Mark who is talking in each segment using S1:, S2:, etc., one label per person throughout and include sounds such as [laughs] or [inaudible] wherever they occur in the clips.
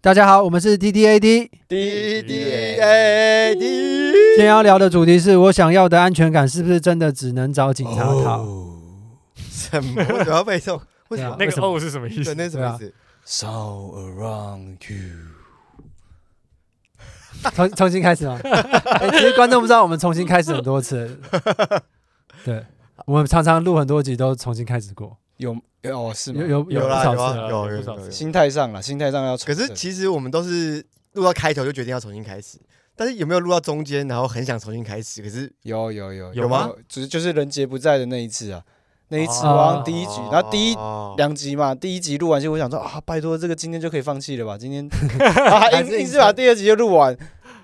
S1: 大家好，我们是 T T A T，
S2: D D
S3: eh,
S2: A D，
S1: 今天要聊的主题是我想要的安全感是不是真的只能找警察讨？
S2: 哦什 [laughs] 么？为什么要背诵？为什么？
S4: 啊那个 O 是什么意
S2: 对
S4: 思？
S2: 那是什么意思？
S3: So around you，
S1: 重重新开始
S2: [laughs]
S1: 吗？哎其实观众不知道，我们重新开始很多次了。对，我们常常录很多集都重新开始过，
S3: 有哦是吗？
S1: 有有
S2: 有
S1: 不
S2: 啦
S1: 少
S2: 有
S1: 次
S2: 啊
S1: 了。
S2: 有有
S4: 不少
S2: 有有。
S3: 心态上了，心态上要重
S2: 可
S3: 整。
S2: 是其实我们都是录到开头就决定要重新开始，但是有没有录到中间，然后很想重新开始，可是
S3: 有有有
S4: 有吗？
S3: 只就是人杰不在的那一次啊，那一次
S4: 哦
S3: 我好像第一局，然后第一
S2: 哦
S3: 两集嘛，第一集录完，其实我想说啊，拜托这个今天就可以放弃了吧，今天啊硬硬是把第二集就录完，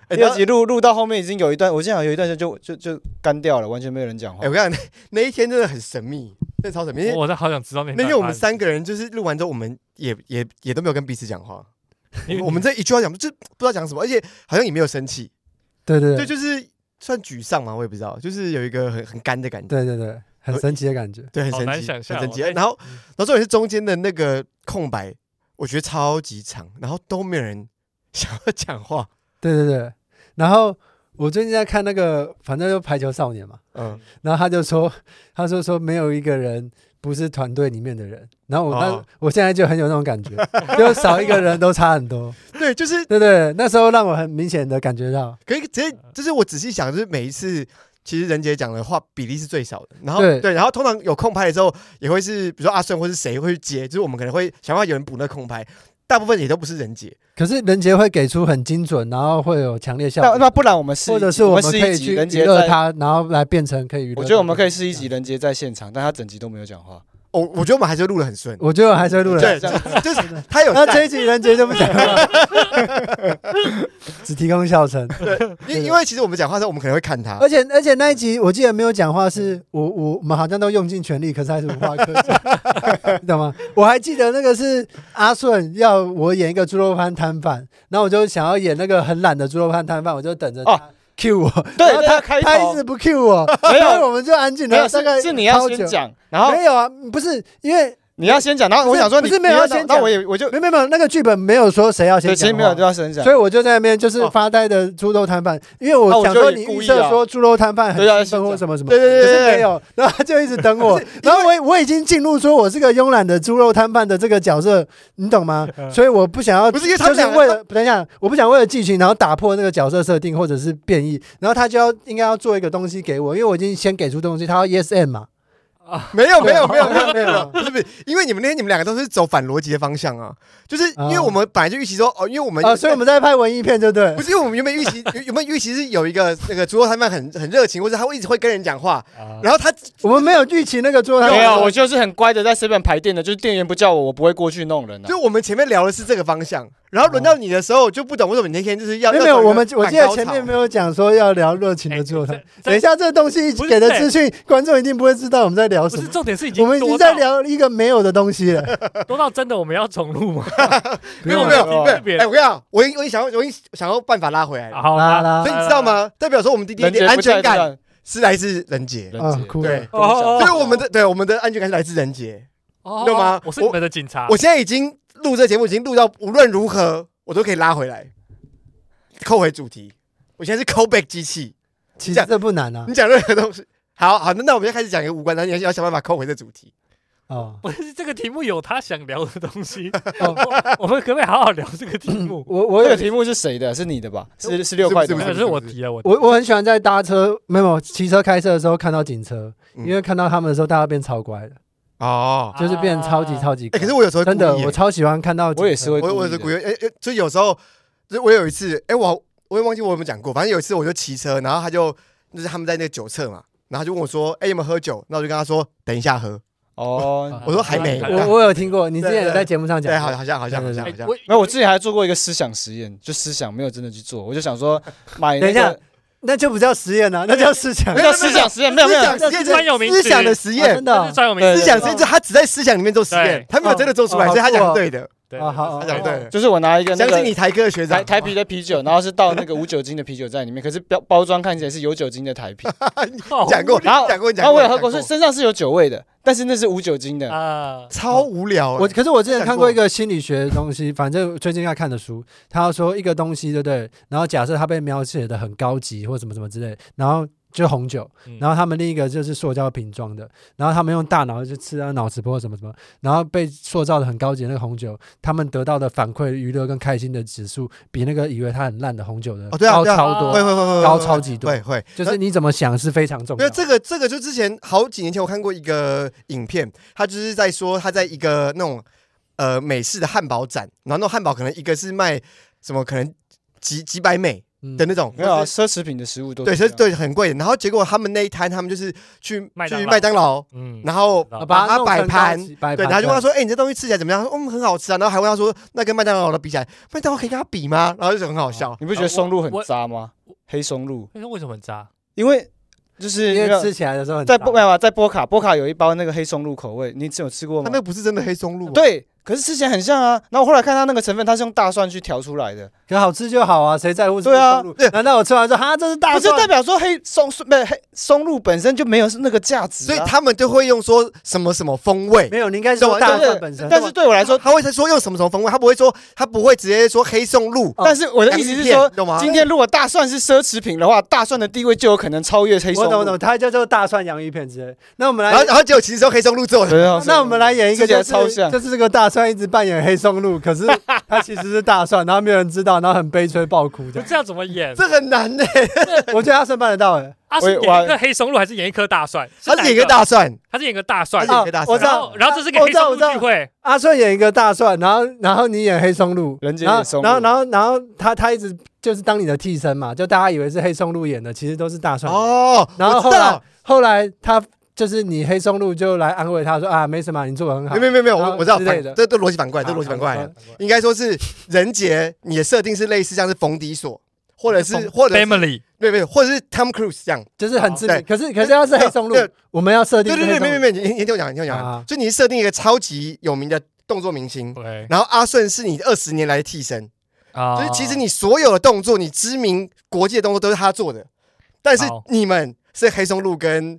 S2: 哎
S3: 第二
S2: 那
S3: 集录录到后面已经有一段，我现在有一段时间就就就干掉了，完全没有人讲话
S2: 哎，我。跟你讲，那那一天真的很神秘，真的超神秘。因为
S4: 我在好想知哦道那
S2: 那天我们三个人就是录完之后，我们也也也都没有跟彼此讲话，
S4: [laughs] 因为
S2: 我们这一句话讲就不知道讲什么，而且好像也没有生气，
S1: 对对对
S2: 对，就是算沮丧嘛，我也不知道，就是有一个很很干的感觉，
S1: 对对对，很神奇的感觉。
S2: 对，很
S4: 好
S2: 神
S4: 难
S2: 奇，
S4: 想
S2: 很
S4: 象
S2: 神
S4: 哦
S2: 奇。呃
S4: 哎
S2: 然后然后重点是中间的那个空白，我觉得超级长，然后都没有人 [laughs] 想要
S4: [laughs]
S2: 讲话。
S1: 对对对，然后我最近在看那个，反正就排球少年嘛，
S2: 嗯，
S1: 然后他就说，他就说没有一个人不是团队里面的人。然后我那、
S2: 哦
S1: 我现在就很有那种感觉， [laughs] 就少一个人都差很多，
S2: 对，就是，
S1: 对对，那时候让我很明显的感觉到，
S2: 可以直接，
S4: 嗯
S2: 就是我仔细想，就是每一次。其实任杰讲的话比例是最少的，然后
S1: 对
S2: 然后通常有空拍的时候，也会是比如说阿顺或是谁会去接，就是我们可能会想办法有人补那个空拍，大部分也都不是任杰，
S1: 可是人杰会给出很精准，然后会有强烈效
S3: 那
S1: 果，
S3: 那不然我们试一集，
S1: 或者是
S3: 我
S1: 们可
S3: 试一
S1: 以
S3: 集
S1: 去
S3: 人
S1: 娱
S3: 杰
S1: 乐
S3: 在，
S1: 他，然后来变成可以娱乐。
S3: 我觉得我们可以，试一集人杰在现场，但他整集都没有讲话。
S2: 我我觉得我们还是录的很顺，
S1: 我觉得我还是会录
S2: 对
S1: 了。
S3: 这样
S2: 就是他有
S1: 那
S2: 在
S1: 这一集人杰就不讲了，只提供笑声。
S2: 因因为其实我们讲话的时候，我们可能会看他，
S1: 而且而且那一集我记得没有讲话，是我我我们好像都用尽全力，可是还是无话可讲，你懂吗？我还记得那个是阿顺要我演一个猪肉摊摊贩，然后我就想要演那个很懒的猪肉摊摊贩，我就等着他
S3: 哦
S1: Q 我，
S3: 对
S1: 然后
S3: 他开头
S1: 他一直不 Q 我，
S3: [laughs] 没有
S1: 然后我们就安静
S3: 没
S1: 了，
S3: 有
S1: 大概
S3: 是是你要
S1: 超
S3: 先
S1: 久。
S3: 讲，然后
S1: 没有啊，不是因为
S3: 你要先讲，然后我想说你
S1: 不是没有
S3: 你
S1: 要
S3: 要
S1: 先
S3: 那
S1: 讲
S3: 我也我就
S1: 没有没有没有那个剧本没有说谁要先
S3: 对，其实
S1: 讲
S3: 没有
S1: 话
S3: 就，要
S2: 啊
S3: 先讲
S1: 所，以我就在那边就是
S3: 哦
S1: 发呆的猪肉摊贩，因为我
S3: 哦
S1: 想
S3: 我
S1: 说
S3: 就
S1: 你
S3: 也
S1: 预
S3: 故意
S1: 设
S3: 啊
S1: 说猪肉摊贩很
S3: 对啊
S1: 兴奋或什么什么，
S2: 对对对
S1: 可
S2: 对
S1: 是
S2: 对
S1: 没有，然后他就一直等
S2: [laughs]
S1: 我，然后我我已经进入说我是个慵懒的猪肉摊贩的这个角色，你懂
S2: [laughs]
S1: 吗？所以我不想要，
S2: 不是因为他
S1: 就
S2: 们
S1: 是
S2: 两个
S1: 为了等一下，我不想为了剧情然后打破那个角色设定或者是变异，然后他就要应该要做一个东西给我，因为我已经先给出东西，他要 yes and 嘛，
S2: 没有 [laughs] 没有
S1: 哦
S2: 没有没有
S1: 没有
S2: [laughs] 不是不是，因为你们那天你们两个都是走反逻辑的方向啊，就是因为
S1: 啊
S2: 我们本来就预期说哦，因为我们
S1: [laughs] 啊，所以我们在拍文艺片，对不对
S2: 不？是因为我们原本预期有有没有预期是有一个那个猪肉摊贩很很热情，或者他会一直会跟人讲话，
S4: 啊
S2: 然后他
S1: 我们没有预期那个猪肉摊贩
S3: 没有，我就是很乖的在 seven 排店的，就是店员不叫我，我不会过去弄人啊
S2: 就。我们前面聊的是这个方向，然后轮到你的时候我就不懂为什么你那天就是要
S1: 啊没有
S2: 要
S1: 没有，
S2: 走一个
S1: 我们我记得
S2: 反高
S1: 前面
S2: 潮
S1: 没有讲说要聊热情的座谈
S4: 哎。这
S1: [laughs] 等一下，这东西
S4: 不是
S1: 给的资讯，观众一定不会知道我们在聊
S4: 不
S1: 什
S4: 是
S1: 么。
S4: 重点是已经
S1: 我们已经
S4: 多
S1: 在
S4: 到
S1: 聊一个没有的东西了。
S4: 多到真的我们要重录吗？
S2: [laughs] 没有
S4: 不
S2: 没有
S4: 用
S2: 没
S3: 了
S2: 有，
S4: 不用
S2: 哎，我跟你讲，我已我已经想要我已经想要办法拉回来了，
S4: 哎好
S1: 啦
S4: 啦
S1: 啦
S4: 啦，
S2: 所以你知道吗？代表说我们滴滴
S3: 人杰
S2: 的
S3: 不
S2: 安全
S3: 在
S2: 感
S3: 这
S2: 是来自人杰，
S3: 段，
S1: 啊
S3: 人杰
S1: 哭了
S2: 对
S4: 哦哦
S2: 所
S4: 哦
S2: 以我 [laughs] 们的对我们的安全感是来自人杰。
S4: 哦？
S2: 对吗
S4: 我是你们的警察， [laughs]
S2: 我现在已经录这节目，已经录到无论如何我都可以拉回来，扣回主题。我现在是 call back 机器，
S1: 其实这不难啊
S2: 你。讲任何东西。好好，那那我们就开始讲一个无关的，你要想办法扣回这主题。
S1: 哦，
S4: 不是这个题目有他想聊的东
S2: [laughs]
S4: 西，
S1: 哦
S4: 我我们可不可以好好聊这个题目？
S1: 我我
S3: 这
S1: 有
S3: 个题目是谁的？是你的吧？是是六块的
S2: 不
S4: 没
S3: 吗
S2: 是
S4: 有，是我提了，我
S1: 我我很喜欢在搭车，没有没有骑车开车的时候看到警车，
S2: 嗯
S1: 因为看到他们的时候，大家变超乖了，
S2: 哦，
S1: 就是变超级超级
S2: 哎、
S1: 乖。
S2: 可是我有时候会
S1: 真的，
S2: 故意
S1: 我
S2: 欸
S1: 超喜欢看到警车。
S3: 我也是会，
S2: 我我有时候故意，哎、哎所以有时候，就我有一次，哎、我我也忘记我有没有讲过，反正有一次我就骑车，然后他就就是他们在那个酒测嘛，然后他就问我说，哎、有没有喝酒？那我就跟他说，等一下喝。
S3: 哦。
S2: 我说还没
S4: 啊
S1: 我我有听过，你之前
S2: 对
S1: 有
S2: 对
S1: 在节目上讲
S2: 对，
S1: 过。
S2: 好，好像好像
S1: 对
S2: 好
S1: 对
S2: 像
S4: 哎
S2: 好像
S4: 我。
S3: 没有，我之前还做过一个思想实验，就思想没有真的去做，我就想说买
S1: 等
S3: 那
S1: 一下
S3: 个，
S1: 那就不叫实验啊了，那叫思想。
S3: 那叫思想实验，没有没有，
S2: 思想实
S4: 这是专有
S2: 验，
S4: 名词
S2: 思想的实
S1: 啊
S2: 验
S1: 真，的
S4: 这
S1: 哦
S4: 是专有名
S3: 对
S4: 词
S2: 思想是就他只在思想里面做实验
S4: 对，
S2: 他没有真的做出来，
S1: 哦
S2: 所以他讲对的。
S4: 对，
S1: 啊好哦
S2: 他讲对，
S3: 就是我拿一个那
S2: 相信
S3: 个
S2: 你台哥的学
S3: 台
S2: 长，
S3: 台啤的啤酒，然后是倒那个无酒精的啤酒在里面，可是包包装看起来是有酒精的台啤，
S4: 好
S2: 讲过，
S3: 然后
S2: 讲过，你
S3: 然
S2: 讲
S3: 后
S2: 过，
S3: 我有喝过，
S2: 你
S3: 是
S2: 讲
S3: 身上是有酒味的，但是那是无酒精的。
S4: 啊，
S2: 超无聊欸。
S1: 哦我可是我之前
S2: 讲
S1: 看过
S2: 过
S1: 一个心理学的东西，反正最近在看的书，他说一个东西对不对？然后假设它被描写的很高级或什么什么之类，然后就红酒，
S4: 嗯
S1: 然后他们另一个就是塑胶瓶装的，然后他们用大脑去吃啊脑直播什么什么，然后被塑造的很高级的那个红酒，他们得到的反馈、娱乐跟开心的指数，比那个以为它很烂的红酒的
S2: 哦对啊
S1: 高
S2: 对啊
S1: 超多，
S2: 会会会会会
S1: 高
S2: 会
S1: 超级多
S2: 会会，
S1: 就是你怎么想是非常重
S2: 因
S1: 要
S2: 为。这个这个就之前好几年前我看过一个影片，他就是在说他在一个那种呃美式的汉堡展，然后那种汉堡可能一个是卖什么可能几几百美
S1: 嗯
S2: 的那种，
S3: 没有啊
S2: 或是
S3: 奢侈品的食物都
S2: 对，
S3: 是
S2: 是对很贵的。然后结果他们那一摊他们就是去
S4: 麦当
S2: 去
S4: 劳
S2: 麦当劳，
S4: 嗯，
S2: 然后
S4: 知
S1: 把
S4: 道
S2: 把它
S1: 弄
S2: 摆
S1: 成高
S2: 盘
S1: 级，摆
S2: 对，
S1: 盘
S2: 然后就问他
S1: 对
S2: 说：“哎、你这东西吃起来怎么样？”他说：“嗯，很好吃啊。”然后还问他说：“那跟麦当劳的比起来，麦当劳可以跟他比吗？”然后就很好笑。
S3: 你不觉得松露很
S4: 我我
S3: 渣吗？黑松露，
S4: 那为什么很渣？
S3: 因为就是
S1: 因
S3: 那
S1: 为
S3: 个
S1: 吃起来的时候很
S3: 在
S1: 大
S3: 波没有啊在波卡，波卡有一包那个黑松露口味，你有吃过
S2: 他
S3: 吗
S2: 那？不是真的黑松露、啊，
S3: 对，可是吃起来很像啊。然后后来看它那个成分，它是用大蒜去调出来的，
S1: 可好吃就好啊，谁在乎？
S3: 对啊，
S1: 难道我吃完说哈这是啊大
S3: 不是
S1: 蒜？
S3: 代表说黑松不是黑松露本身就没有那个价值、啊，
S2: 所以他们就会用说什么什么风味。
S1: 没有，你应该
S2: 对
S1: 说
S2: 我
S1: 大
S3: 对
S1: 蒜
S3: 对
S1: 本身。
S3: 但是对我来说，
S2: 他会说用什么什么风味，他不会说，他不会直接说黑松露。
S1: 哦
S3: 但是我的意思是
S2: 洋芋
S3: 说
S2: 片，懂吗？
S3: 今天如果大蒜是奢侈品的话，大蒜的地位就有可能超越黑松
S1: 我懂我
S3: 露
S1: 懂，。它叫做大蒜洋芋片之类。那我们
S2: 然后
S1: 来，
S2: 然后结果其实是用黑松露做的，
S3: 对啊
S1: 那我们来演一个，
S3: 吃起
S1: 就
S3: 来超
S1: 是
S3: 像
S1: 就是这个大蒜一直扮演黑松露，可是它其实是大蒜，然后没有人知道，然后很悲催爆哭这
S4: 不
S1: 样。
S4: 这样怎么演？
S2: 这很难呢、
S1: 我觉得阿顺办得到哎，
S4: 阿是
S3: 我
S4: 演
S3: 我
S4: 一个黑松露还是演一颗大蒜？
S2: 他
S4: 哪
S2: 是演个，大蒜，
S4: 他是演一个大蒜
S2: 他。是
S1: 啊
S2: 演个大蒜
S1: 我知
S4: 然
S1: 道
S4: 后，，然后这是个
S1: 我
S4: 黑
S1: 知道
S4: 松露
S1: 我知
S4: 聚
S1: 道
S4: 会，
S1: 阿顺演一个大蒜，然后然后你演黑松露，
S3: 人家
S1: 然
S3: 演
S1: 后
S3: 松露
S1: 然后然后然后他他一直就是当你的替身嘛，就大家以为是黑松露演的，其实都是大蒜。
S2: 哦，
S1: 然后
S2: 我
S1: 后
S2: 知
S1: 来
S2: 道，
S1: 后来他就是你黑松露就来安慰他说啊没什么，你做的很好啊
S2: 没。有没有没有，
S1: 然
S2: 我
S1: 后
S2: 我知道，
S1: 之
S2: 反
S1: 类的
S2: 这这逻辑反过来，这逻辑反过
S1: 好
S2: 来，应该说是人杰，你的设定是类似像是冯迪所，或者是或者是
S4: ，Family
S2: 对对，或者是 Tom Cruise 这样，
S1: 就是很致命。
S2: 对
S1: 可是可是要是黑松露
S2: 没有没有，
S1: 我们要设定
S2: 对
S1: 是
S2: 对
S1: 黑
S2: 对，
S1: 松
S2: 没有
S1: 露。
S2: 没有，你你听我讲，你听我
S1: 啊
S2: 讲，就你设定一个超级有名的动作明星，
S4: 对
S2: 然后阿顺是你二十年来的替身，
S4: 啊
S2: 所以其实你所有的动作，你知名国际的动作都是他做的，但是
S4: 好
S2: 你们是黑松露跟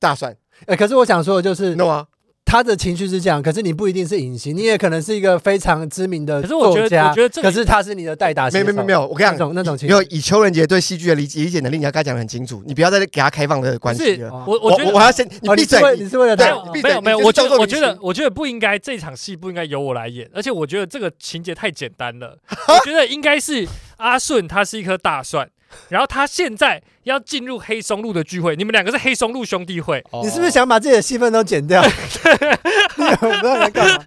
S2: 大蒜，
S1: 哎，可是我想说的就是
S2: 你，懂吗？
S1: 他的情绪是这样，可是你不一定是隐形，你也可能是一个非常知名的
S4: 可是我觉
S1: 作
S4: 得
S1: 家
S4: 我觉得这里
S1: 可是啊他是你的代打
S2: 没
S1: 选
S2: 有
S1: 手。
S2: 没有没有，我跟
S1: 那
S2: 你讲。
S1: 种那种情
S2: 没有，
S1: 绪。
S2: 以邱仁杰对戏剧的理理解能力，你要跟他讲的很清楚，你不要再给他开放的关
S4: 是
S2: 系了。
S1: 哦
S4: 我
S2: 我
S4: 我觉
S2: 我我
S4: 得。
S2: 要先，你
S1: 哦
S2: 闭
S1: 是为
S2: 嘴！
S1: 你是为了
S2: 对
S1: 他
S4: 没
S1: 哦
S4: 有没
S2: 闭嘴
S4: 有
S2: 你
S4: 没有，
S2: 就是
S4: 我觉得
S2: 动作
S4: 我
S2: 明
S4: 觉得
S2: 星
S4: 我觉得不应该这场戏不应该由我来演，而且我觉得这个情节太简单
S2: [laughs]
S4: 了。我觉得应该是阿顺他是一颗大蒜，然后他现在要进入黑松露的聚会，你们两个是黑松露兄弟会，
S1: 哦你是不是？想把自己的戏份都剪
S2: [laughs]
S1: 掉？你有没有在干嘛？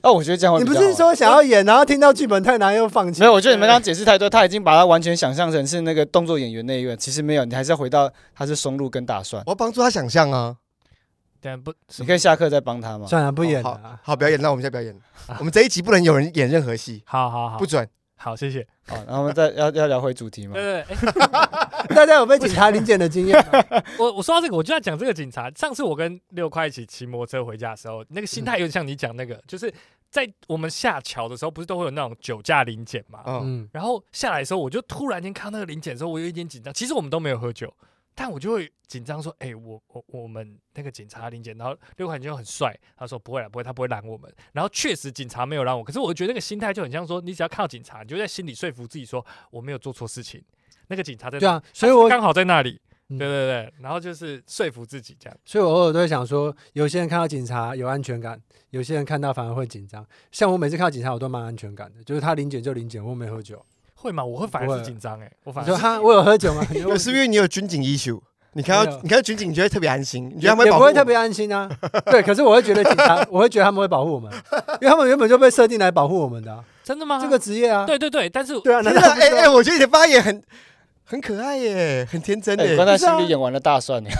S3: 哦，我觉得这样会
S1: [laughs] 你
S3: 比
S1: 不
S3: 较好
S1: 是说想要演，然后听到剧本太难又放弃？
S3: 没有？我觉得你们刚刚解释太多，他已经把它完全想象成是那个动作演员那一位，其实没有，你还是要回到他是松露跟大蒜。
S2: 我要帮助他想象啊！
S4: 但不
S3: 你可以下课再帮他吗？
S1: 算了，不演了
S2: 哦好
S1: 啊。
S2: 好表演，那我们现在表演。我们这一集不能有人演任何戏，
S4: 好好好
S2: 不嗯准。
S4: 好，谢谢。
S3: 好，然后我们再要要聊回主题吗
S4: 对？哎对对，
S1: 大家有被警察临检的经验
S2: [laughs]
S1: 吗？
S4: 我我说到这个，我就要讲这个警察。上次我跟六块一起骑摩托车回家的时候，那个心态有点像你讲那个，就是在我们下桥的时候，不是都会有那种酒驾临检嘛？
S2: 嗯，
S1: 嗯，
S4: 然后下来的时候，我就突然间看到那个临检的时候，我有一点紧张。其实我们都没有喝酒，但我就会紧张说：“哎、我我我们那个警察临检。”然后六块就很帅，他说：“不会啦，不会，他不会拦我们。”然后确实警察没有拦我，可是我觉得那个心态就很像说，你只要看到警察，你就在心里说服自己说我没有做错事情。那个警察在
S1: 对
S4: 那
S1: 啊，所以我
S4: 刚好在那里。
S1: 嗯
S4: 对对对，然后就是说服自己这样。
S1: 所以我偶尔都会想说，有些人看到警察有安全感，有些人看到反而会紧张。像我每次看到警察，我都蛮安全感的，就是他临检就临检，我没喝酒。
S4: 会吗？我会反
S1: 不
S4: 而
S1: 会啊
S4: 是紧张哎、我
S1: 你
S4: 反而
S1: 说
S4: 是
S1: 哈，我有喝酒
S2: [laughs]
S1: 吗？
S2: 那是因为你有军警 issue，你看
S1: 没
S2: 到
S1: 有
S2: 你看到军警，你就会特别安心，你觉
S1: 也
S2: 得他们
S1: 也不
S2: 保护
S1: 会
S2: 我
S1: 特别安心啊。对，可是我会觉得警察，我会觉得他们会保护我们，因为他们原本就被设定来保护我们的啊、
S4: 真的吗？
S1: 这个职业啊。
S4: 对对对，但是
S1: 对啊，难
S2: 真
S1: 道
S2: 的，哎哎，我觉得你的发言很很可爱耶，很天真
S3: 哎
S2: 耶
S3: 我刚。才
S1: 不是啊
S3: 心里演完了大蒜呢，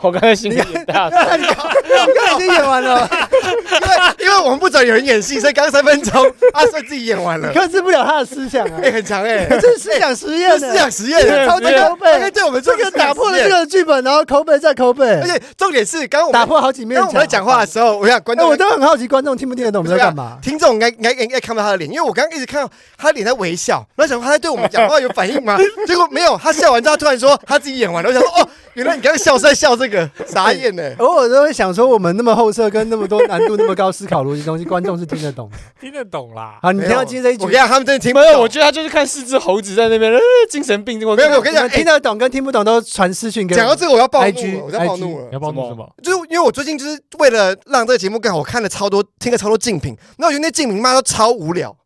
S3: 我刚才心里演大蒜，
S1: 那你刚已经演完了，
S2: 哎因为因为我们不准有人演戏，所以刚刚三分钟阿顺自己演完
S1: [laughs]
S2: 了，
S1: 克制不了他的思想啊
S2: 哎，，很长哎，
S1: 这是思想实验呢
S2: 这是思。想实验耶，
S1: 超级口
S2: 大概
S1: 碑，
S2: 对我们
S1: 这个打破了这
S2: 个，
S1: 个剧本，然后口碑再口碑，
S2: 而且重点是刚刚我
S1: 打
S2: 们
S1: 破好几
S2: 刚
S1: 面
S2: 刚
S1: 墙。
S2: 我们在讲话的时候，我想观
S1: 哎，
S2: 众
S1: 我都很好奇观众听不听得懂我们在干嘛。
S2: 啊听众应该应该应该看不到他的脸，因为我刚刚一直看到他脸在微笑，然后想说他在对我们讲话有反应
S3: [laughs]
S2: 吗？结果没有，他笑完之后他突然说他自己演完了，我想说哦，原来你刚刚笑是在笑这个，傻眼呢。
S1: 啊偶尔都会想说，我们那么后设跟那么多难度、那么高思考逻辑东西，观众是听得懂的。
S4: 听得懂啦。
S1: [laughs] 好，你听到今天这一
S2: 我
S1: 局
S2: 跟你，讲，他们真的听不
S3: 没有，我
S2: 懂。
S3: 觉得他就是看四只猴子在那边，呃精神病。我
S2: 没有，没有，
S1: 你
S2: 我跟你讲，
S1: 们
S2: 哎
S1: 听，得懂跟听不懂都传私讯给我
S2: 讲到这个我要暴怒
S1: IG
S2: 了，我在暴怒了
S4: 你。要帮助
S3: 什
S4: 什
S3: 么
S4: 么？
S2: 就是因为我最近就是为了让这个节目更好，我看了超多，听了超多竞品，那我觉得那竞品妈都超无聊，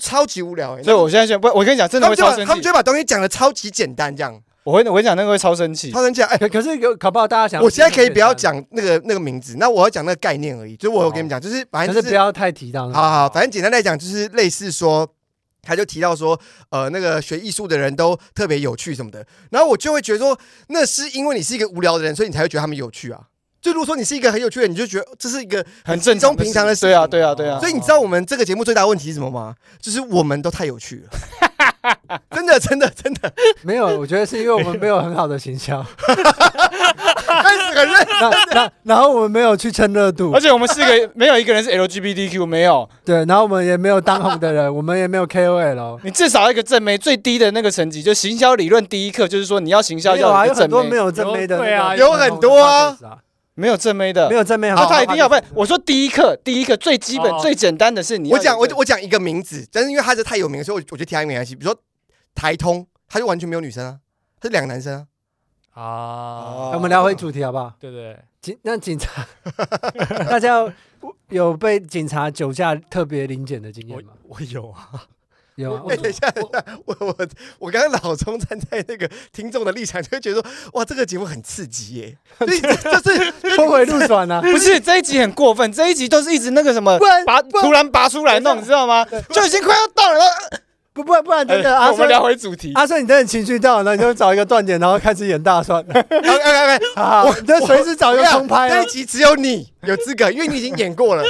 S2: 超级无聊哎、
S3: 所以我现在想不，我跟你讲，真
S2: 他
S3: 的会
S2: 们就
S3: 超
S2: 把
S3: 生
S2: 他们
S3: 气
S2: 就。会把东西讲的超级简单，这样
S3: 我会，我跟你讲，那个会超生气。
S2: 超人讲哎。
S1: 可可是有搞不好大家想，
S2: 我现在可以不要，讲那个那个名字，那我要讲那个概念而已。就是我有跟你们讲，就是反
S1: 可是
S2: 正就
S1: 不
S2: 是，
S1: 要太提到那个。
S2: 好好，反正简单来讲，就是类似说，他就提到说，呃，那个学艺术的人都特别有趣什么的。然后我就会觉得说，那是因为你是一个无聊的人，所以你才会觉得他们有趣啊。就如果说你是一个很有趣的人，你就觉得这是一个
S3: 很正常
S2: 稀松平常的事情
S3: 对啊，对啊，
S1: 嗯
S3: 对啊。
S2: 所以你知道我们这个节目最大的问题是什么吗？就是我们都太有趣了， [laughs] 真的，真的，真的，
S1: 没有，我觉得是因为我们没有很好的行 [laughs] 销，
S2: 开始很认。
S1: [laughs] 那那然后我们没有去蹭热度
S3: [laughs] 而，且我们四个没有一个人是 LGBTQ，没有，
S1: 对，然后我们也没有当红的人，我 [laughs] 们也没有 KOL。
S3: 你至少要一个正妹最低的那个层级，就行销理论第一课，就是说你要行销
S1: 没有
S3: 要
S1: 啊，有
S3: 一个
S1: 很
S3: 正
S1: 多
S3: 妹，
S1: 没有正妹的那个，
S4: 对啊
S2: 有很多啊
S3: 没有正妹的
S1: 没，有正妹很
S3: 那
S1: 多，
S3: 他一定要不，我说第一课，第一课最基本
S4: 哦
S3: 最简单的是你要
S2: 我讲，我
S3: 有一个
S2: 我讲一个名字，但是因为他是太有名，所以我我觉得提他没关系。比如说台通，他就完全没有女生啊，他是两个男生啊。
S4: 啊，
S1: 我们聊回主题好不好？
S4: 对不对？
S1: 警那警察， [laughs] 大家有有被警察酒驾特别临检的经验
S4: 我
S1: 吗？
S4: 我有啊，
S1: 有啊，
S2: 哎、等一下，等一下 [laughs] 我我我刚刚老钟站在那个听众的立场，就会觉得说，哇，这个节目很刺激耶，
S1: [laughs]
S2: 就是就是
S1: 峰回路转
S3: [laughs]
S1: 啊！
S3: 不是这一集很过分，这一集都是一直那个什么
S1: 不然
S3: 拔
S1: 不然
S3: 突然拔出来弄，你知道吗？就已经快要到了。然后
S1: 不不然不然真
S3: [laughs]
S1: 的阿
S3: 哎我们
S1: 顺，
S3: 聊回主题。
S1: 阿顺你真的情绪到了，那你就找一个断点，然后开始演大蒜，
S2: 哎哎哎，
S1: 啊
S2: 我
S1: 你就随时找一
S2: 我
S1: 个
S2: 跟你
S1: 重拍
S2: 讲
S1: 啊
S2: 这一！集只有你有资格，因为你已经演过了，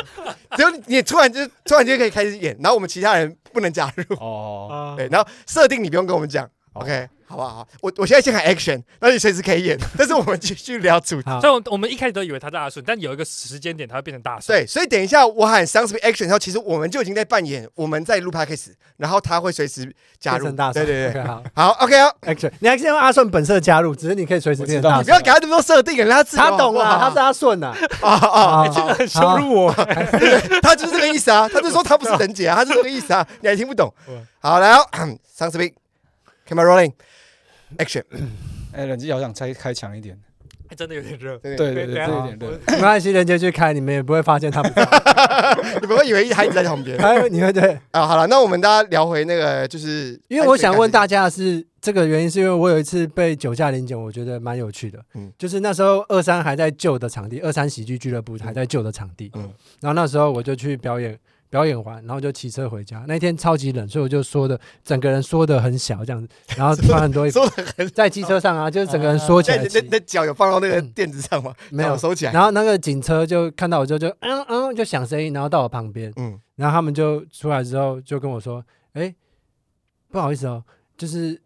S2: 只有你你突然就突然间可以开始演，然后我们其他人不能加入。
S3: 哦，
S4: 啊
S2: 对，然后设定你不用跟我们讲、o k 好不好？我我现在先喊 action，那你随时可以演，但是我们继续聊主题。
S1: 好
S4: 所以我们我们一开始都以为他是阿顺，但有一个时间点他会变成大顺。
S2: 对，所以等一下我喊 sounds be action 的时候，其实我们就已经在扮演我们在录 podcast，然后他会随时加
S1: 变
S2: 入。
S1: 成大蒜，
S2: 对对对，
S1: OK，好
S2: 好 OK 哦，
S1: ，action，你还是用阿顺本色加入，只是你可以随时变成大
S2: 你不
S1: 蒜。
S2: 要给他这么多设定，让他自由
S1: 他懂
S2: 好
S1: 啊，
S2: 不好
S1: 他是阿顺呐，
S2: 啊啊，
S1: 啊，
S4: 真的很羞辱我。
S2: 他就是这个意思啊，他就说他不是等姐啊，他是这个意思啊，你还听
S1: [laughs]
S2: 不懂
S4: 嗯？
S2: 好，来哦 sounds be camera rolling
S1: [laughs]
S2: action，
S3: 哎，冷气好想开开强一点。
S4: 还 [laughs] 真的有点热。
S2: 对
S3: 对对对，
S4: 等
S3: 这
S4: 一下
S3: 一点对。
S1: 没关系，人家去开，你们也不会发现他们。
S2: 你不会以为他一直在旁边
S1: 还有你会对，
S2: 啊？好了，那我们大家聊回那个，就是
S1: 因为我想问大
S2: 家，
S1: 家的是，这个原因是因为我有一次被酒驾临检，我觉得蛮有趣的。
S2: 嗯
S1: 就是那时候二三还在旧的场地，二三喜剧俱乐部还在旧的场地。
S2: 嗯
S1: 然后那时候我就去表演，表演完，然后就骑车回家。那天超级冷，所以我就缩的整个人缩的很小这样子，然后穿很多衣服
S2: 说的很，
S1: 在机车上啊，就是整个人缩起
S2: 那
S1: 来
S2: 哎你
S1: 骑
S2: 那。那脚有放到那个垫子上吗？
S1: 嗯没
S2: 脚
S1: 有
S2: 收起来。
S1: 然后那个警车就看到我之后就嗯嗯就响声音，然后到我旁边，
S2: 嗯，
S1: 然后他们就出来之后就跟我说：“哎、不好意思哦，就是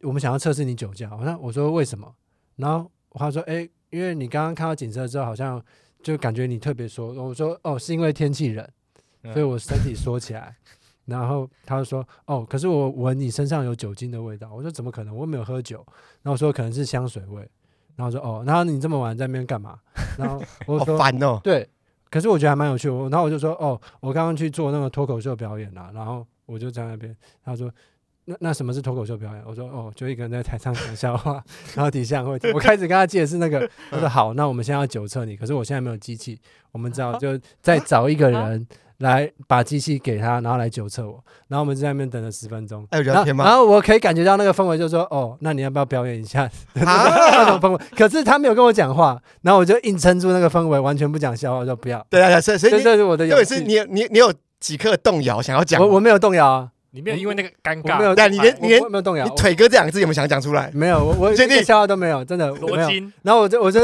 S1: 我们想要测试你酒驾。”我说：“我说为什么？”然后他说：“哎、因为你刚刚看到警车之后，好像就感觉你特别缩。”我说：“哦，是因为天气冷，
S4: 嗯
S1: 所以我身体缩起来。然后他就说：“哦，可是我闻你身上有酒精的味道。”我说：“怎么可能？我又没有喝酒。”然后我说：“可能是香水味。”然后说：“哦，然后你这么晚在那边干嘛？”然后我
S2: 好
S1: 就说：“
S2: 烦哦。
S1: 对，可是我觉得还蛮有趣的。我然后我就说，哦，我刚刚去做那个脱口秀表演啦、啊然后我就在那边，他说。那那什么是脱口秀表演？我说哦，就一个人在台上讲笑话， [laughs] 然后底下人会听。我开始跟他解释那个，他说好，那我们现在要酒测你，可是我现在没有机器，我们只好就再找一个人来把机器给他，然后来酒测我。然后我们就在那边等了十分钟，
S2: 哎有聊
S1: 然后
S2: 天吗
S1: 然后我可以感觉到那个氛围，就说哦，那你要不要表演一
S2: [laughs]
S1: 下？那种
S2: 啊，
S1: 氛围。可是他没有跟我讲话，然后我就硬撑住那个氛围，完全不讲笑话，我说不要。
S2: 对啊，对啊所以所以
S1: 这
S2: 你，
S1: 这是我的
S2: 特
S1: 勇
S2: 别是
S1: 气。
S2: 你有你你有即刻动摇想要讲吗，
S1: 我我没有动摇啊，
S4: 你没有因为那个尴
S1: 我没有啊
S4: 尬，
S2: 但你连
S1: 我
S2: 你连
S1: 我没有动摇
S2: 你，腿哥这两个字有没有想讲出来
S1: 我？没有我我
S2: 确定
S1: 一个笑话都没有，真的没
S4: 罗
S1: 有。
S4: 金
S1: 然后我就
S2: [laughs]
S1: 我就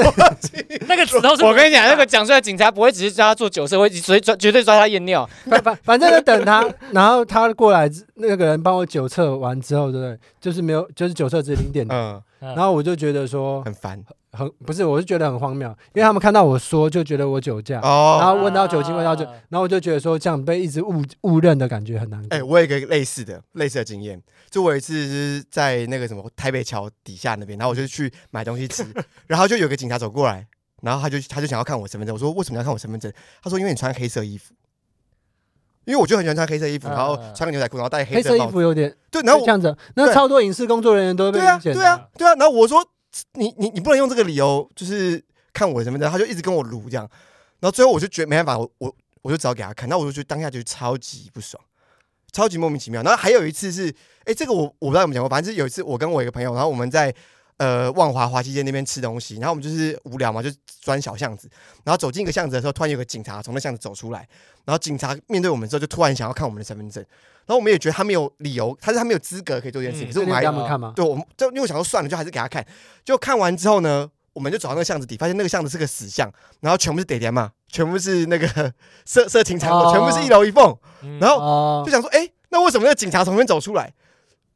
S4: 那个时候是
S3: 我跟你讲，那个讲出来，警察不会只是叫他做酒色，会绝抓绝对抓他验尿。
S1: 反反反正就等他，然后他过来之，那个人帮我酒测完之后，对不对？就是没有，就是酒测值零点，
S2: 嗯，
S1: 然后我就觉得说
S2: 很烦
S1: 很不是，我是觉得很荒谬，因为他们看到我说就觉得我酒驾，然
S2: 哦。
S1: 后问到酒精，问到酒，
S4: 啊
S1: 然后我就觉得说这样被一直误误认的感觉很难过
S2: 哎，。我有一个类似的类似的经验，就我有一次是在那个什么台北桥底下那边，然后我就去买东
S1: [laughs]
S2: 西吃，然后就有个警察走过来，然后他就他就想要看我身份证，我说为什么要看我身份证？他说因为你穿黑色衣服，因为我就很喜欢穿黑色衣服，
S4: 嗯
S2: 然后穿个牛仔裤，然后戴
S1: 黑色
S2: 色
S1: 衣
S2: 帽子，
S1: 服有点
S2: 对，然
S1: 是
S2: 后我
S1: 这样子，那
S2: 对
S1: 超多影视工作人员都会被
S2: 对啊，
S1: 明显
S2: 对啊，对啊。然后我说你你你不能用这个理由，就是看我的
S1: 嗯
S2: 身份证，他就一直跟我撸这样。然后最后我就觉得没办法，我我我就只好给他看。那我就觉得当下就超级不爽，超级莫名其妙。然后还有一次是，哎、这个我我不知道有没有讲过，反正是有一次我跟我一个朋友，然后我们在。呃，万华华西街那边吃东西，然后我们就是无聊嘛，就钻小巷子，然后走进一个巷子的时候，突然有个警察从那巷子走出来，然后警察面对我们之后，就突然想要看我们的身份证，然后我们也觉得他没有理由，他是他没有资格可以做这件事
S4: 嗯
S2: 情，可是
S1: 就
S2: 我
S1: 给
S2: 们还
S1: 他们看嘛。
S2: 对，我们就因为我想说算了，就还是给他看。就看完之后呢，我们就走到那个巷子底，发现那个巷子是个死巷，然后全部是点点嘛，全部是那个色色情场所，
S1: 哦
S2: 全部是一楼一缝。
S4: 嗯
S2: 然后
S1: 哦
S2: 就想说，哎、那为什么那个警察从那边走出来？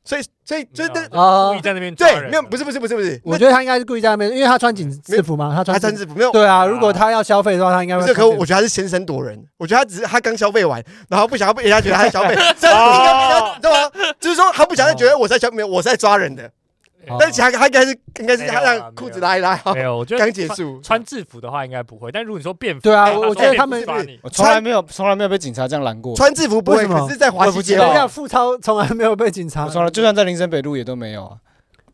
S2: 所以，所以就是那
S4: 嗯故
S1: 哦
S4: 意，在那边抓
S2: 对，
S4: 人
S2: 没有，不是，不是，不是，不是，
S1: 我
S2: 那
S1: 觉得他应该是故意在那边，因为他穿警制服嘛，他
S2: 他
S1: 穿
S2: 穿制服没有。
S1: 对啊，如果他要消费的话，他应该
S2: 不
S1: 会
S2: 是，
S1: 穿制
S2: 可
S1: 服。
S2: 我觉得他是先声夺人。我觉得他只是他刚消费完，然后不想要被人家觉得他在消
S4: [laughs]
S2: 费，所以
S3: 哦
S2: 你知道吗？就是说他不想要觉得我在消，没有，我是在抓人的。
S1: 哦
S2: 但其他他应该是应该是
S4: 没有
S2: 他
S4: 啦
S2: 让裤子拉一拉，好
S4: 没有，我觉得
S2: [laughs] 刚结
S4: 穿
S2: 束，
S4: 穿制服的话应该不会，但如果你说便服，
S1: 对啊，
S4: 哎
S1: 我我
S4: 说
S1: 觉得
S4: 便
S1: 他
S4: 服
S1: 们
S4: 是吧你
S3: 我从来没有从来没有被警察这样拦过，
S2: 穿制服不
S1: 为
S2: 会，
S1: 什么
S2: 可是在华西街
S3: 我
S1: 等
S3: 也不
S1: 一
S3: 知
S1: 下，
S3: 道
S1: 富超从来没有被警察，
S3: 我从来就算在林森北路也都没有啊。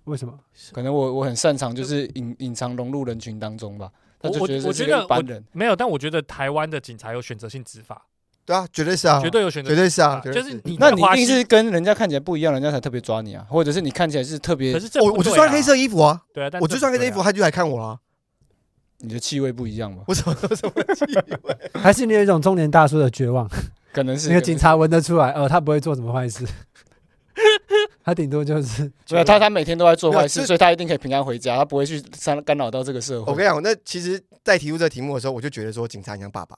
S1: 为什么？
S3: 可能我我很擅长就是隐隐藏融入人群当中吧。他
S4: 我
S3: 就
S4: 我
S3: 觉得
S4: 我
S3: 是
S4: 觉
S3: 个
S4: 得
S3: 一般
S4: 我
S3: 人，
S4: 没有，但我觉得台湾的警察有选择性执法，
S2: 对啊，绝对是啊，
S4: 绝对有选择
S2: 绝
S4: 性
S2: 对是
S4: 执
S2: 啊
S4: 法，，
S2: 绝
S4: 就
S2: 对
S4: 是你
S3: 那
S4: 在
S3: 你一
S4: 花
S3: 定
S4: 西
S3: 是跟人家看起来不一样，人家才特别抓你啊，或者是你看起来是特别
S4: 可是这
S2: 我
S4: 不
S2: 我就
S4: 对
S2: 穿
S4: 啊
S2: 黑色衣服啊，
S4: 对啊，但
S2: 我就穿黑色衣服，
S4: 服，
S2: 他就来看我啦，
S3: 你的气味不一样嘛？
S2: 我什么什么气味？
S1: 还是你有一种中年大叔的绝
S2: [laughs]
S1: 望？
S3: 可能是
S1: 那个警，察闻得出来，哦，他不会做什么坏事， [laughs] 他顶多就是
S3: 对他他每天都在做
S2: 没有
S3: 坏事，
S2: 是
S3: 所以他一定可以平安回家，他不会去干干扰到这个社会。
S2: 我跟你讲，那其实，在提出这个题目的时候，我就觉得说，警察很像爸爸，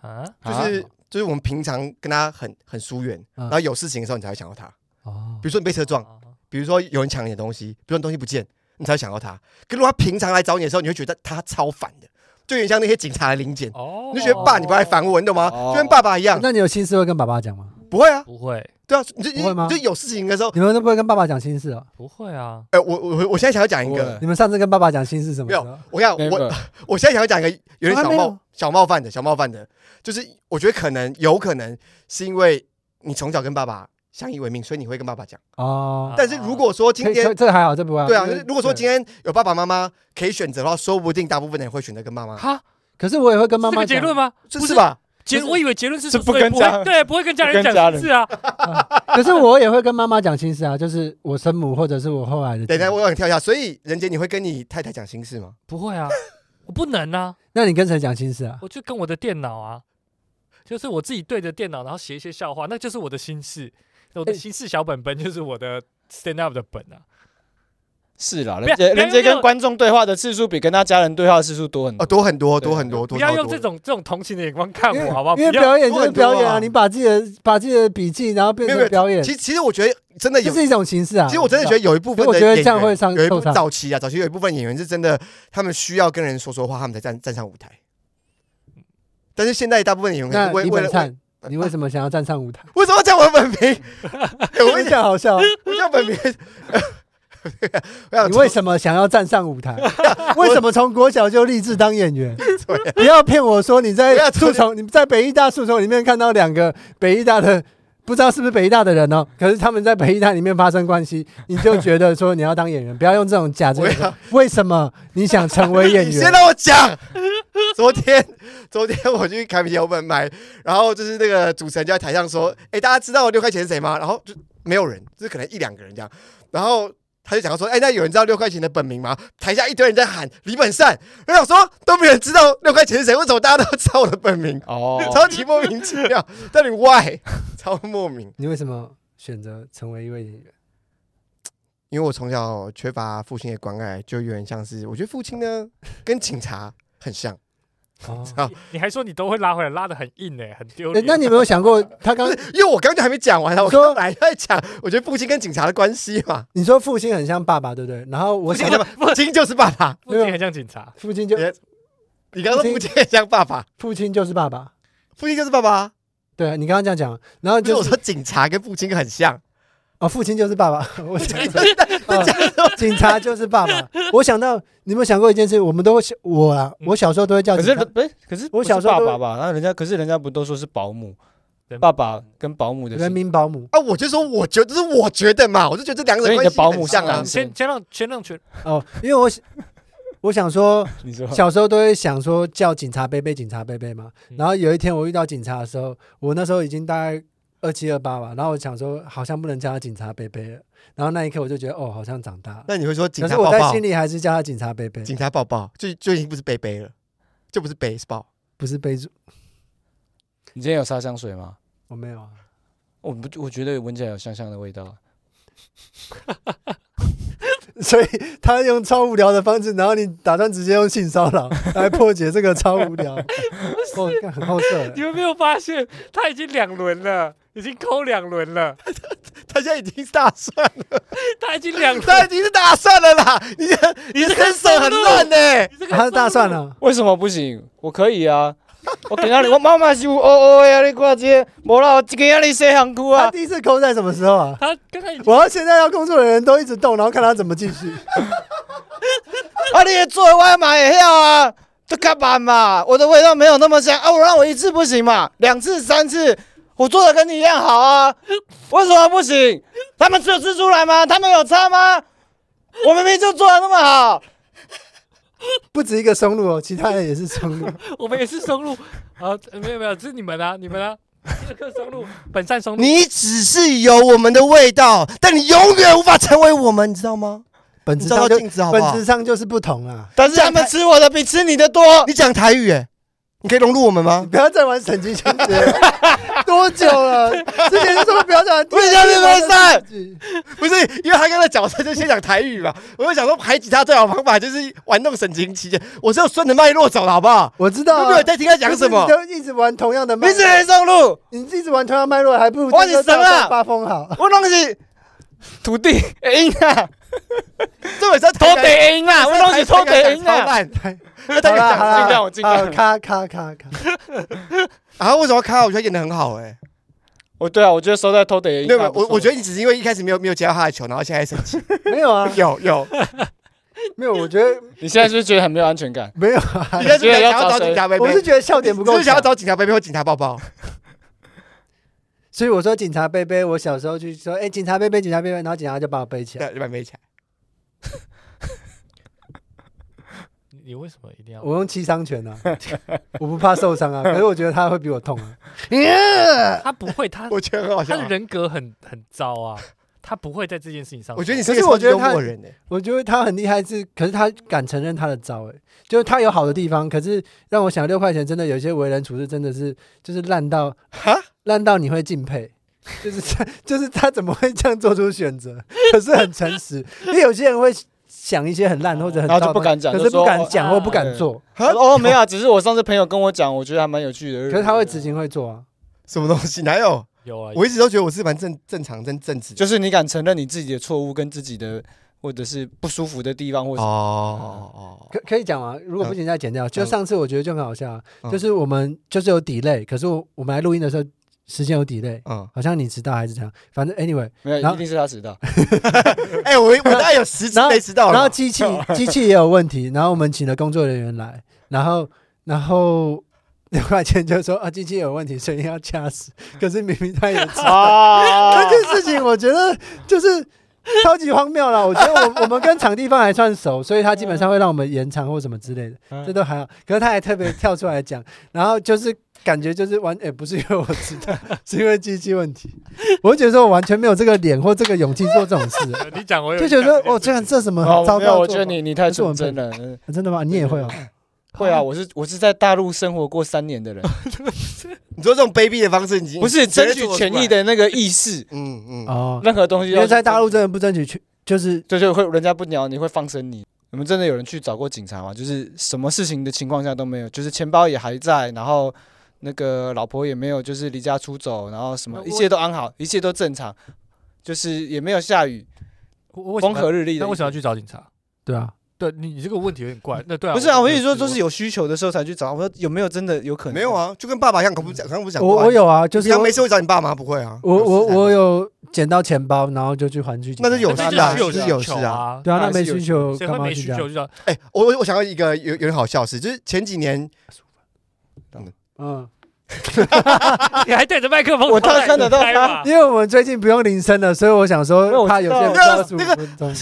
S4: 啊，
S2: 就是
S3: 啊
S2: 就是我们平常跟他很很疏远，
S1: 嗯
S2: 然后有事情的时候你才会想到他，
S1: 哦
S2: 比如说你被车撞，
S4: 啊，
S2: 比如说有人抢你的东西，比如说你东西不见，你才会想到他。可如果他平常来找你的时候，你会觉得他超烦的，就有点像那些警察来临检，
S4: 哦，
S2: 你就觉得爸，你不来烦我，你懂吗？
S3: 哦
S2: 就跟爸爸一样，
S1: 那你有心事会跟爸爸讲吗？
S2: 不会啊，
S4: 不会
S2: 对啊，你就
S1: 不会吗
S2: 你就有事情的时候，
S1: 你们都不会跟爸爸讲心事哦？
S4: 不会啊，
S2: 哎、我我我现在想要讲一个，
S1: [laughs] 你们上次跟爸爸讲心事什么时候？
S2: 我
S3: 啊
S2: 想我
S3: Never
S2: 我现在想要讲一个有点
S1: 从来没
S2: 小
S1: 有
S2: 冒小冒犯的小冒犯的，就是我觉得可能有可能是因为你从小跟爸爸相依为命，所以你会跟爸爸讲。
S1: 哦
S4: 啊，
S2: 但是如果说今
S1: 可以，这
S2: 天
S1: 这个还好，这不会。
S2: 对啊，就是如果说今
S1: 天，
S2: 天有爸爸妈妈可以选择的话，说不定大部分人会选择跟妈妈，
S4: 哈，
S1: 可是我也会跟妈
S4: 这
S1: 妈
S4: 个结
S1: 讲。
S4: 论吗？
S2: 是
S4: 不
S2: 是？吧？
S4: 结
S3: 不是
S4: 我以为结论是
S3: 是
S4: 说
S3: 不
S4: 所以
S3: 跟
S4: 会
S3: 家
S4: 对，不会跟家
S3: 不
S4: 人
S3: 跟家人
S4: 讲是啊，
S1: 可是我也会跟妈妈讲心事啊，就是我生母或者是我后来的。
S2: 等一下，我想跳一下。所以人杰，你会跟你太太讲心事吗？
S4: 不会啊，我不能啊，
S1: 那你跟谁讲心事啊？
S4: 我就跟我的电脑啊，就是我自己对着电脑，然后写一些笑话，那就是我的心事，我的
S1: 哎
S4: 心事小本本就是我的 stand up 的本啊。
S3: 是啦，
S4: 不
S3: 人
S4: 要
S3: 杰
S4: 没有
S3: 人杰
S4: 没有
S3: 跟观众对话的次数比跟他家人对话的次数多很多。
S2: 哦，多很多，
S3: 对啊
S2: 多很多，多
S4: 不要
S2: 超
S4: 用
S2: 多
S4: 这种这种同情的眼光看我，好不好？不
S1: 因为
S4: 要
S1: 表演就是
S2: 多很多
S1: 表演啊，
S2: 啊
S1: 你把自己的把自己的笔记，然后变
S2: 没有
S1: 成
S2: 没有
S1: 表演
S2: 其，实其实我觉得真的有
S1: 这是一种形式啊。
S2: 其实我真的觉得有一部分
S1: 我
S2: 的
S1: 觉得
S2: 演
S1: 这样
S2: 员
S1: 会上
S2: 有一部
S1: 受伤
S2: 早期啊，早期有一部分演员是真的，他们需要跟人说说话，他们才站站上舞台。但是现在大部分演员
S1: [laughs]
S2: 可
S1: 那
S2: 能为
S1: 李
S2: 为
S1: 本
S2: 了为
S1: 灿，你为什么想要站上舞台？
S2: 为什么要讲我
S1: [laughs]
S2: 的本名？哎 [laughs] 我
S1: 我
S2: 跟你讲，
S1: 讲好笑啊，
S2: 我讲本名。 [laughs] 啊我想
S1: 你为什么想要站上舞台？为什么从国小就立志当演员？不要骗我说你在
S2: 不要
S1: 树丛，你在北医大树丛里面看到两个北医大的，不知道是不是北医大的人哦，可是他们在北医大里面发生关系，你就觉得说你要当演员，不要用这种假
S2: [laughs]
S1: 借
S2: 我
S1: 口
S2: 要。
S1: 为什么你想成为演
S2: [laughs] 你先
S1: 员？
S2: 让我讲。昨天，昨天我去凯米迪 open 麦，然后就是那个主持人就在台上说：“哎、大家知道六块钱是谁吗？”然后就没有人，就是可能一两个人这样。然后他就讲说：“哎、那有人知道六块钱的本名吗？”台下一堆人在喊李本善，我想说都没有人知
S4: 啊 [laughs]
S2: 道六块钱是谁，为什么大家都知道我的本名？
S3: 哦，
S2: 超级莫名其妙，到底 why？超莫名。
S1: 你为什么选择成为一位演员？
S2: 因为我从小缺乏父亲的关爱，就有点像是我觉得父亲呢跟警察很像。
S1: 哦，
S4: 你你还说你都会拉回来，拉的很硬哎、很丢
S1: 诶
S4: 脸。
S1: 那你有没有想过，他刚
S2: 因为我刚刚还没讲完啊，我
S1: 说
S2: 刚来在讲，我觉得父亲跟警察的关系嘛，
S1: 你说父亲很像爸爸，对不对？然后我
S2: 父
S1: 想
S2: 亲的父亲就是爸爸。
S4: 父亲很像警察，
S1: 父亲就
S2: 别你刚刚说
S1: 父
S2: 父
S1: 亲
S2: 亲很像爸爸，
S1: 父亲就是爸爸，
S2: 父亲就是爸爸啊，
S1: 对啊你刚刚这样讲，然后
S2: 就是
S1: 就
S2: 我
S1: 是
S2: 说警察跟父亲很像。
S1: 哦，父亲就是爸 [laughs] 爸，我想
S2: 你真的
S1: 哦
S2: 讲说
S1: [laughs] 警察就是爸爸。我想到，你有没有想过一件事？我们都会我啊，
S4: 嗯
S1: 我小时候都会叫
S3: 可是
S1: 警察
S3: 不是，可是
S1: 我
S3: 不是
S1: 小时候
S3: 爸
S1: 都
S3: 爸吧，然后人家可是人家不都说是保姆
S4: 人，
S3: 爸爸跟保姆的
S1: 人
S3: 是
S1: 民保姆
S2: 啊，我就说我觉得，这是我觉得嘛，我就觉得这两个
S3: 所
S2: 人
S3: 以你
S2: 关
S3: 的
S2: 系
S3: 保
S2: 很
S3: 姆是
S2: 像啊
S3: 男。
S4: 先
S3: 生，
S4: 先让先让全
S1: 哦，因为我想我想说，
S3: 你说
S1: 小时候都会想说叫警察贝贝，警察贝贝嘛。
S4: 嗯
S1: 然后有一天我遇到警察的时候，我那时候已经大概二七二八吧，然后我想说好像不能叫他警察贝贝了。然后那一刻我就觉得哦，好像长大了。
S2: 那你会说警
S1: 可是
S2: 察
S1: 我
S2: 抱
S1: 在
S2: 抱
S1: 心？里还是叫他警察贝贝，
S2: 警察抱抱，就就已经不是背背了，就不是背是抱。
S1: 不是贝主，
S3: 你今天有擦香水吗？
S1: 我没有啊。
S3: 我不，我觉得闻起来有香香的味道。
S1: [laughs] 所以他用超无聊的方式，然后你打算直接用性骚
S2: [laughs]
S1: 扰来破解这个超无聊，哦，干很好色欸
S4: 你。们没有发现他已经两轮了，已经扣两轮了，
S2: 他现在已经是大蒜了，
S4: 他已经两轮，
S2: 他已经是大蒜了啦！你这
S4: 你
S2: 你
S4: 这
S2: 的
S4: 个
S2: 身手很乱呢、
S4: 你这个
S1: 他是大蒜
S4: 了，
S1: 啊，
S3: [laughs] 为什么不行？我可以 [laughs] 啊！我今仔日我妈妈是有哦哦呀，你看这，无啦，我今仔日洗身躯
S1: 他
S3: 啊！
S1: 第一次抠在什么时候啊？
S4: 他刚才已经
S1: 我要现在要工作的人都一直动，然后看他怎么继续。 [laughs]
S3: [laughs] 啊，你也做的我嘛也要啊，就卡板嘛，我的味道没有那么香啊，我让我一次不行嘛，两次三次，我做的跟你一样好啊，为什么不行？他们只有吃出来吗？他们有差吗？我明明就做的那么好，
S1: 不止一个松露哦，其他人也是松
S2: [laughs]
S1: 露。
S4: [laughs] 我们也是松露啊，呃没有没有，这是你们啊，你们啊，第二个松露，本善松露，
S2: 你只是有我们的味道，但你永远无法成为我们，你知道吗？
S1: 本
S2: 你
S1: 质
S2: 照
S1: 上
S2: 照
S1: 就
S2: 镜子好不
S1: 本
S2: 好
S1: 质？上就是不同啊！
S3: 但是他们吃我的比吃你的多。
S2: [laughs] 你讲台语哎、你可以融入我们
S1: 你
S2: 吗？
S1: 不要再玩神经情节 [laughs] 了，多久了？之前就说不要再玩。
S3: 为什么不能散
S1: 是
S2: [laughs] 不是，因为他刚才角色就先讲台语 [laughs] 嘛，我就想说排挤他最好的方法就是玩弄神经期间，我是有顺着脉络走的好不好？
S1: 我知道
S2: 有
S1: 啊、
S2: 没有在听他讲什么
S1: 可？是你都一直玩同样的脉
S3: 你
S1: 络，
S3: 是黑松露，
S1: 你一直玩同样脉络，还不如
S3: 哇你
S1: 就
S3: 神啊
S1: 照单八风好。
S3: 我拢是土地的音 [laughs] 啊，
S2: [laughs] 这尾是
S3: 土地的音 [laughs] 啊，我拢是土地的音 [laughs] 啊。
S2: 烂，因为他
S1: 好
S2: 有
S1: 啦好
S2: [laughs] 讲
S1: 啦，
S3: 尽量我尽量
S1: 好咔咔咔咔，
S2: 啊，为什么要卡？我觉得演的很好哎、
S3: 我对啊，我觉得收在偷的也应
S2: 对
S3: 该
S2: 吧？
S3: 不
S2: 我
S3: 错
S2: 我觉得你只是因为一开始没有没有接到他的球，然后现在生 [laughs] 气。
S1: 没有啊，
S2: 有有，
S1: 没有，我觉得？
S3: 你现在是不是觉得很没有安全感
S1: 没有啊，
S2: 你开始想要找 [laughs] 警察贝贝
S1: 我，是觉得笑点不
S2: 你
S1: 够
S2: 是想要
S1: 强，
S2: 找警察贝贝或警察抱抱。
S1: 所以我说警察贝贝，我小时候去说，哎，警察贝贝，警察贝贝，然后警察就把我背起来。
S2: 对，就把背 [laughs] 起来。
S4: 你你为什么一定要？
S1: 我用七伤拳啊， [laughs] 我不怕受伤啊，可是我觉得他会比我痛啊。
S4: 他不会，他
S2: 我觉 [laughs] 啊得很好笑
S4: 他。的人格很很糟啊，他不会在这件事情上。
S2: 我觉得你
S1: 可
S2: 是
S1: 是
S2: 一个
S1: 我
S2: 超级
S1: 觉得
S2: 幽
S1: 他
S2: 默人哎、
S1: 我觉得他很厉害是，可是他敢承认他的糟、欸，就是他有好的地方，可是让我想六块钱真的有一些为人处事真的是就是烂到
S2: 哈，
S1: 烂到你会敬佩，就是他 [laughs] 就是他怎么会这样做出选择？可是很诚实，因为有些人会想一些很烂或者很
S3: 然后
S1: 糟
S3: 就
S1: 的
S3: 不敢讲
S1: 可
S3: 就是说
S1: 不敢
S3: 哦
S1: 讲或不敢做，
S3: 我说哦，没有啊，只是我上次朋友跟我讲，我觉得还蛮有趣的。
S1: 可是他会执行会做啊。
S2: 什么东西？哪有？
S4: 有
S1: 哎
S4: 啊，
S2: 我一直都觉得我是蛮正正常、正正直的。
S3: 就是你敢承认你自己的错误跟自己的或者是不舒服的地方，或者
S2: 哦
S1: 可可以讲啊，如果不行再剪掉。
S3: 嗯
S1: 就上次我觉得就很好笑啊，
S2: 嗯
S1: 就是我们就是有 delay，可是我我们来录音的时候时间有 delay，
S2: 嗯，
S1: 好像你迟到还是怎样，反正 anyway，
S3: 没有，
S1: 然后
S3: 一定是他迟
S1: [laughs]
S3: 到。
S2: 哎、我我大概有十次
S1: 然后
S2: 没迟到了。
S1: 然
S2: [laughs]
S1: 后机器机器也有问题，然后我们请了工作人员来，然后然后刘块钱就说啊机器有问题，所以要掐死，可是明明他也知道。
S3: 啊
S1: 这件事情我觉得就是超级荒谬了。我觉得我我们跟场地方还算熟，所以他基本上会让我们延长或什么之类的，这都还好。可是他还特别跳出来讲，然后就是感觉就是完，也、不是因为我知道，是因为机器问题。我就觉得说我完全没有这个脸或这个勇气做这种事，
S4: 呃 [laughs] 你讲我有
S1: 就觉得哦
S4: 印象
S1: 哦，这样这什么
S3: 哦，
S1: 糟
S3: 没有，
S1: 糕？啊
S3: 我觉得你你太纯真了。嗯
S1: 真的吗？你也会哦。[laughs]
S3: 会啊，我是我是在大陆生活过三年的人，
S2: 你说这种卑鄙的方式，已经
S3: 不是争取权益，的那个意识，
S2: 嗯
S1: [laughs]
S2: 嗯，
S1: 哦，
S3: 任何东西
S1: 因
S3: 都
S1: 为
S3: 是
S1: 在大陆真的不争取去，就是
S3: 对对，会人家不鸟你，会放生你。你们真的有人去找过警察吗？就是什么事情的情况下都没有，就是钱包也还在，然后那个老婆也没有，就是离家出走，然后什么
S4: 那我
S3: 一切都安好，一切都正常，就是也没有下雨，
S4: 我
S3: 风和日丽的一
S4: 那
S3: 天。
S4: 为什么要去找警察？
S1: 对啊，
S4: 对你你这个问题有点怪。那对啊，
S3: 不是啊，我跟
S4: 跟
S3: 你说，就是有需求的时候才去找。我说有没有真的有可能？
S2: 没有，啊，就跟爸爸一样，可不讲，刚刚不讲
S1: 我
S2: 过啊，
S1: 我有啊，就
S2: 你
S1: 是
S2: 刚
S1: 我
S2: 没事会找你爸妈，不会啊？
S1: 我我我
S2: 有
S1: 有捡到钱包，然后就去还去警察，
S2: 那是有
S4: 那
S2: 事
S4: 这
S2: 啊，
S4: 就是是
S2: 有
S4: 有
S2: 事
S4: 求
S2: 啊。
S4: 啊。
S1: 对啊，那没
S3: 还是有
S1: 需求
S4: 谁
S1: 干
S4: 会
S1: 嘛
S4: 没
S1: 去
S4: 需
S1: 这样？
S4: 求就找？ [laughs]
S2: 哎，我我我想到一个有有点好笑的事，就是前几年
S1: 嗯，
S4: 你还对着麦克风
S3: 我
S4: 偷懒
S3: 看得到
S4: 拍
S3: 他
S2: 啊
S4: 吧
S1: 因为我们最近不用铃声了，所以我想
S3: 因为
S1: 说
S3: 我
S1: 怕
S3: 知
S1: 有
S3: 道
S1: 些人
S2: 那个
S1: 十五
S2: 那个
S1: 分钟，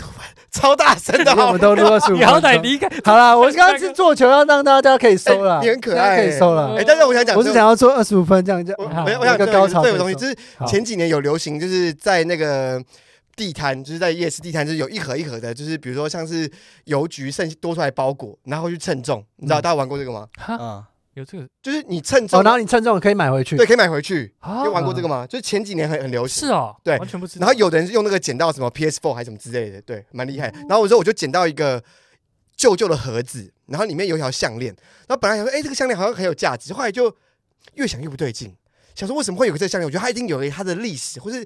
S2: 超大声的
S1: [laughs]
S2: [laughs]
S1: 因为我
S2: 哦
S1: 们，都录了 [laughs] 十五
S4: 你好
S1: 分
S4: 歹
S1: 钟。
S4: 离开，
S1: 好啦，我刚刚是做球，要让大家可以收了，
S2: 哎你很可爱
S1: 大家可以收了
S4: 嗯。
S2: 哎，但是我想讲，
S1: 我是想要做二十五分这样，这
S2: 我
S1: 样
S2: 没有，我
S1: 有
S2: 想
S1: 一个
S2: 这
S1: 高潮可
S2: 这
S1: 以
S2: 个
S1: 收。
S2: 东西，就是前几年有流行，就是在那个地摊，就是在夜市地摊，就是有一盒一盒的，就是比如说像是邮局剩多出来包裹，然后去称重，你知道大家玩过这个吗？
S4: 哈
S3: 啊，
S4: 有这个
S2: 就是你称
S1: 好
S2: 重
S1: 嗯哦，，然后你称重可以买回去。
S2: 对，可以买回去。
S4: 啊
S2: 你有玩过这个吗？就是前几年很很流行。
S4: 是哦，
S2: 对
S4: 完全不知道。
S2: 然后有的人是用那个捡到什么 PS4 还是什么之类的，对，蛮厉害。然后我说我就捡到一个旧旧的盒子，然后里面有一条项链。然后本来想说，哎，这个项链好像很有价值，后来就越想越不对劲，想说为什么会有个这个项链？我觉得它一定有一个它的历史，或是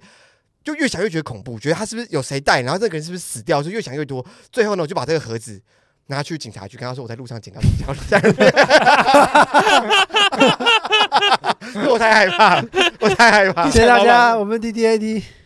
S2: 就越想越觉得恐怖，觉得它是不是有谁带，然后这个人是不是死掉，就越想越多。最后呢，我就把这个盒子。拿去警察局，跟他说我在路上捡到这条项 [laughs] 链，我太害怕了，我太害怕了。
S1: 谢谢大
S2: 老板
S1: 啊家，我们 D D A D。